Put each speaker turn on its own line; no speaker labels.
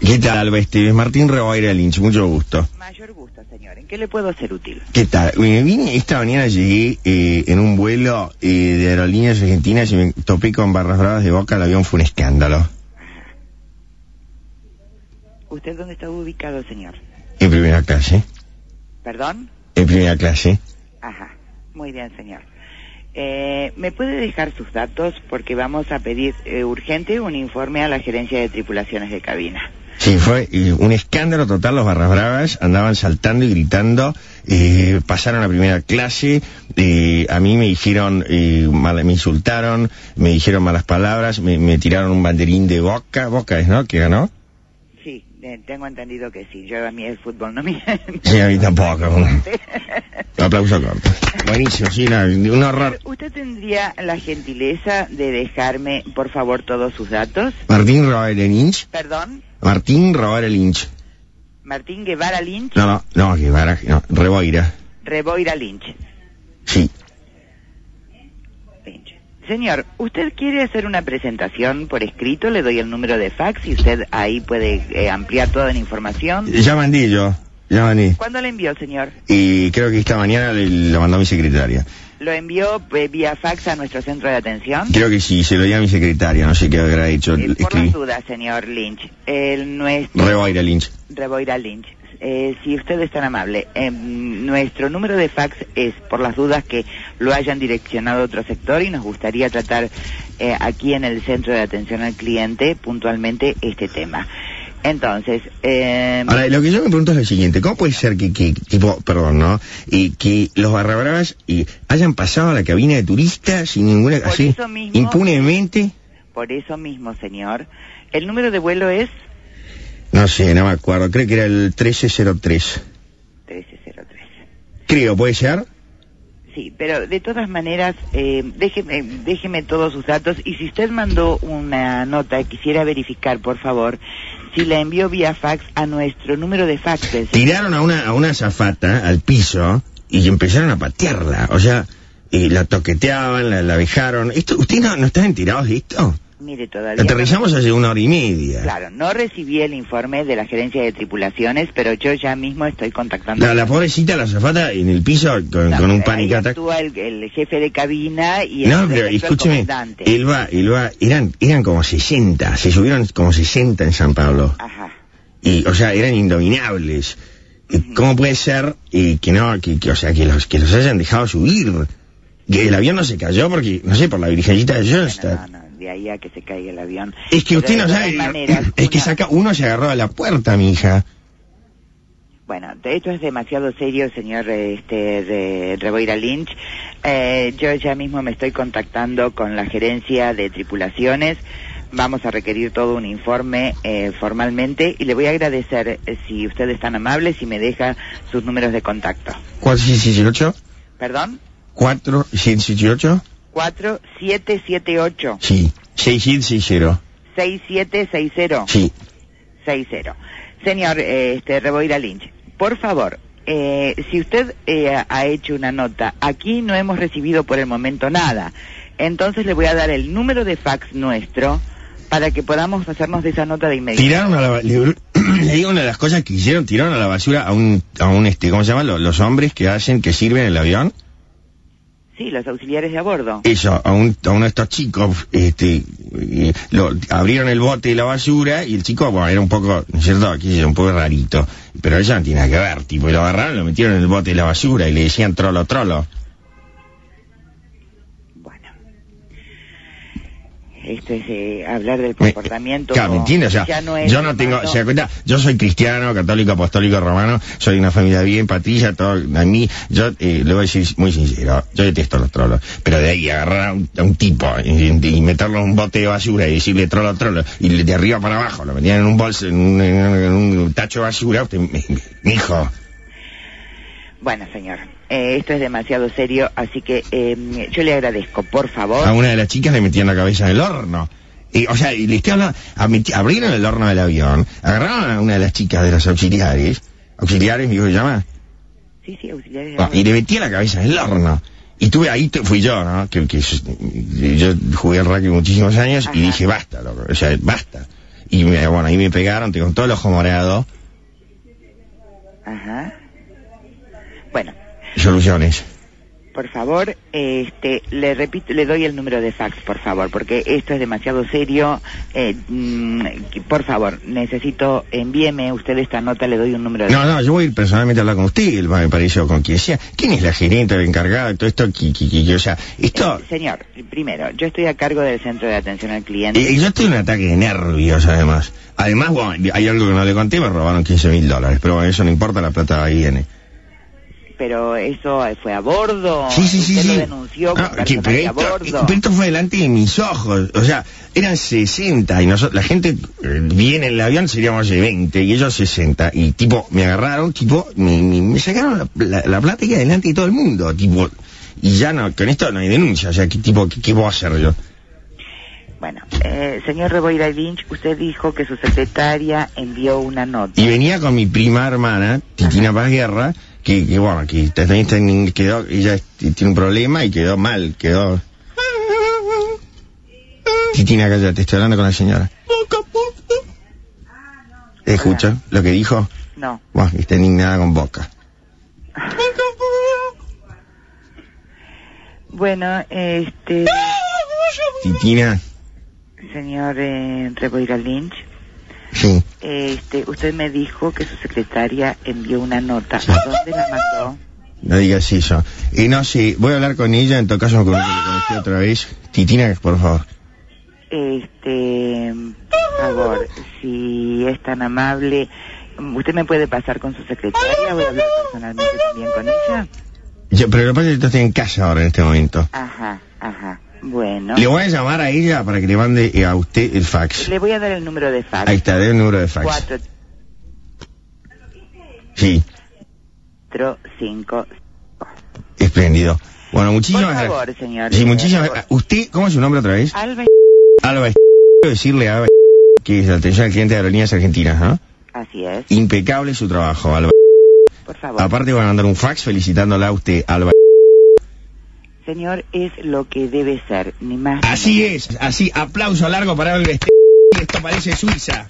¿Qué tal, Vestives? Martín Rebaira Lynch, mucho gusto.
Mayor gusto, señor. ¿En qué le puedo ser útil?
¿Qué tal? Me vine, esta mañana llegué eh, en un vuelo eh, de Aerolíneas Argentinas y me topé con barras bravas de boca. El avión fue un escándalo.
¿Usted dónde está ubicado, señor?
En primera clase.
¿Perdón?
En primera clase.
Ajá. Muy bien, señor. Eh, ¿Me puede dejar sus datos? Porque vamos a pedir eh, urgente un informe a la gerencia de tripulaciones de cabina.
Sí, fue eh, un escándalo total. Los barras bravas andaban saltando y gritando. eh, pasaron a primera clase. eh, a mí me dijeron, eh, mal- me insultaron, me dijeron malas palabras, me, me tiraron un banderín de boca. Boca es, ¿no? Que ganó.
Sí, eh, tengo entendido que sí. Yo a mí el fútbol no me...
Sí, a mí tampoco. Un aplauso corto. Buenísimo, sí, no, un horror.
¿Usted tendría la gentileza de dejarme, por favor, todos sus datos?
Martín Robaire Lynch.
¿Perdón?
Martín Robaire Lynch.
Martín Guevara Lynch,
No, no, no, que baraje, no, Reboira.
Reboira Lynch.
Sí.
Lynch. Señor, ¿usted quiere hacer una presentación por escrito? Le doy el número de fax y usted ahí puede eh, ampliar toda la información.
Ya mandé yo, ya mandé.
¿Cuándo le envió, señor?
Y creo que esta mañana le, lo mandó mi secretaria.
¿Lo envió eh, vía fax a nuestro centro de atención?
Creo que sí, se lo di a mi secretaria, no sé qué habrá hecho.
Eh, por las
Escribí.
dudas, señor Lynch, el nuestro...
Reboira Lynch.
Reboira Lynch. Eh, si usted es tan amable, em, nuestro número de fax es por las dudas que lo hayan direccionado a otro sector y nos gustaría tratar eh, aquí en el centro de atención al cliente puntualmente este tema. Entonces, em,
Ahora, lo que yo me pregunto es lo siguiente, ¿cómo puede ser que, que tipo, perdón, ¿no? Y que los barrabravas eh, hayan pasado a la cabina de turistas sin ninguna,
Por
así,
eso mismo-
impunemente?
por eso mismo, señor, el número de vuelo es
No sé, no me acuerdo, creo que era el 1303.
1303.
Creo, ¿puede ser?
Sí, pero de todas maneras, eh, déjeme, eh, déjeme todos sus datos y si usted mandó una nota, quisiera verificar, por favor, si la envió vía fax a nuestro número de faxes.
tiraron a una, a una zafata ¿eh? al piso y empezaron a patearla. O sea, eh, la toqueteaban, la, la vejaron. Esto, ¿Ustedes no, no están enterados de esto?
Mire, todavía...
Aterrizamos hace una hora y media.
Claro, no recibí el informe de la gerencia de tripulaciones, pero yo ya mismo estoy contactando...
La, la pobrecita, la zafata en el piso con,
No,
con un
ahí
panic attack.
actúa el, el jefe de cabina y el,
No, pero
el
escúcheme,
comandante.
él va, él va, eran, eran como 60, se subieron como 60 en San Pablo.
Ajá.
Y, o sea, eran indominables. Y ¿Cómo puede ser eh, que no, que, que, o sea, que los, que los hayan dejado subir? Que el avión no se cayó porque, no sé, por la virgencita de Johnstown.
Bueno, no, no, de ahí a que se caiga el avión.
Es que
Pero
usted
de
no
todas
sabe.
maneras,
es que
una-
saca uno se agarró a la puerta, mi hija.
Bueno, de- esto es demasiado serio, señor eh, este, de Reboira Lynch. Eh, yo ya mismo me estoy contactando con la gerencia de tripulaciones. Vamos a requerir todo un informe eh, formalmente y le voy a agradecer, eh, si usted es tan amable, si me deja sus números de contacto.
418,
Perdón,
418,
4778
sí. 660,
6760.
sí.
6-0. Señor eh, este, Reboira Lynch, por favor, eh, si usted eh, ha hecho una nota, aquí no hemos recibido por el momento nada. Entonces le voy a dar el número de fax nuestro para que podamos hacernos de esa nota de inmediato.
Tiraron a la. ba- Le, le digo una de las cosas que hicieron: tiraron a la basura a un. A un este, ¿Cómo se llama? Lo- Los, hombres que hacen, que sirven el avión.
Sí, los auxiliares de a bordo.
Eso, a, un, a uno de estos chicos. Este, eh, lo, abrieron el bote de la basura y el chico, bueno, era un poco. ¿No es cierto? Qué sé yo, un poco rarito. Pero eso no tiene nada que ver. Tipo, y lo agarraron, lo metieron en el bote de la basura y le decían trolo, trolo.
Bueno. Esto es eh, hablar del
Me-
comportamiento.
Claro, ¿me entiende? O sea,
ya no es
yo no tengo,
humano.
¿se da cuenta? Yo soy cristiano, católico, apostólico, romano, soy de una familia bien, patilla, todo, a mí, yo, eh, le voy a decir muy sincero, yo detesto los trolos, pero de ahí agarrar a un, a un tipo y, y- y meterlo en un bote de basura y decirle trolo, trolo, y le- de arriba para abajo, lo metían en un bolso, en un, en un- en un tacho de basura, usted, mi, mi hijo,
Bueno, señor, eh, esto es demasiado serio, así que eh, yo le agradezco, por favor.
a una de las chicas le metían la cabeza en el horno. Y, o sea, y le estoy hablando, a meti- abrieron el horno del avión, agarraron a una de las chicas de los auxiliares, auxiliares, digo, se llama?
Sí, sí, auxiliares de a
Ah,
bordo.
y le metí la cabeza en el horno. Y tuve ahí, tu- fui yo, ¿no? Que, que yo- yo jugué al rugby muchísimos años
Ajá.
y dije, basta, loco, o sea, basta. Y me- bueno, ahí me pegaron, tengo todo el ojo morado.
Ajá. Bueno,
Soluciones.
por favor, este, le repito, le doy el número de fax, por favor, porque esto es demasiado serio. Eh, mm, que- por favor, necesito, envíeme usted esta nota, le doy un número de
No, no, yo voy a ir personalmente a hablar con usted, me parece, o con quien sea. ¿Quién es la gerente, el encargado de todo esto? Qui- qui- qui- O sea, esto...
Eh, Señor, primero, yo estoy a cargo del centro de atención al cliente.
Eh, yo estoy en un ataque de nervios, además. Además, bueno, hay algo que no le conté, me robaron 15 mil dólares, pero bueno, eso no importa, la plata ahí viene.
Pero eso eh, fue a bordo.
Sí, sí, sí,
Usted
sí.
lo denunció
Ah,
con personas
que- pero,
de a
esto,
bordo.
pero esto fue delante de mis ojos. O sea, eran 60 y nosotros, la gente eh, viene en el avión, seríamos de 20 y ellos 60. Y tipo, me agarraron, tipo, me, me- me sacaron la, la- la plata y delante de todo el mundo. Tipo, y ya no, con esto no hay denuncia. O sea, ¿qué tipo, qué, qué puedo hacer yo?
Bueno, eh, señor Reboira Lynch, usted dijo que su secretaria envió una nota.
Y venía con mi prima hermana, Titina Paz Guerra, que, que bueno, que también está en- quedó, ella es- tiene un problema y quedó mal, quedó. Titina, cállate, estoy hablando con la señora. Escucha lo que dijo.
No.
Bueno, está indignada con boca.
Bueno, este,
Titina,
señor eh, Reboira Lynch,
sí.
este, usted me dijo que su secretaria envió una nota. ¿A dónde la mandó?
No digas eso. Y no, sí, voy a hablar con ella, en todo caso me comunico con usted otra vez. Titina, por favor.
Este, por favor, si es tan amable, ¿usted me puede pasar con su secretaria? Voy a hablar personalmente también con ella.
Yo, pero lo que pasa es que yo estoy en casa ahora en este momento.
Ajá, ajá. Bueno,
Le voy a llamar a ella para que le mande eh, a usted el fax.
le voy a dar el número de fax.
Ahí está, dé el número de fax.
Cuatro,
Sí,
cuatro, cinco.
espléndido. Bueno, muchísimas
Por
gracias.
favor, señor.
Sí, muchísimas gracias. ¿Usted, cómo es su nombre otra vez?
Alba,
Alba. Est- Quiero decirle a Alba Est- que es la atención al cliente de Aerolíneas Argentinas, ¿no?
así es,
Impecable su trabajo, Alba.
por favor.
Aparte van a mandar un fax felicitándola a usted, Alba.
Señor, es lo que debe ser, ni más. ni
Así es, así, aplauso largo para Alba. Est- Esto parece Suiza.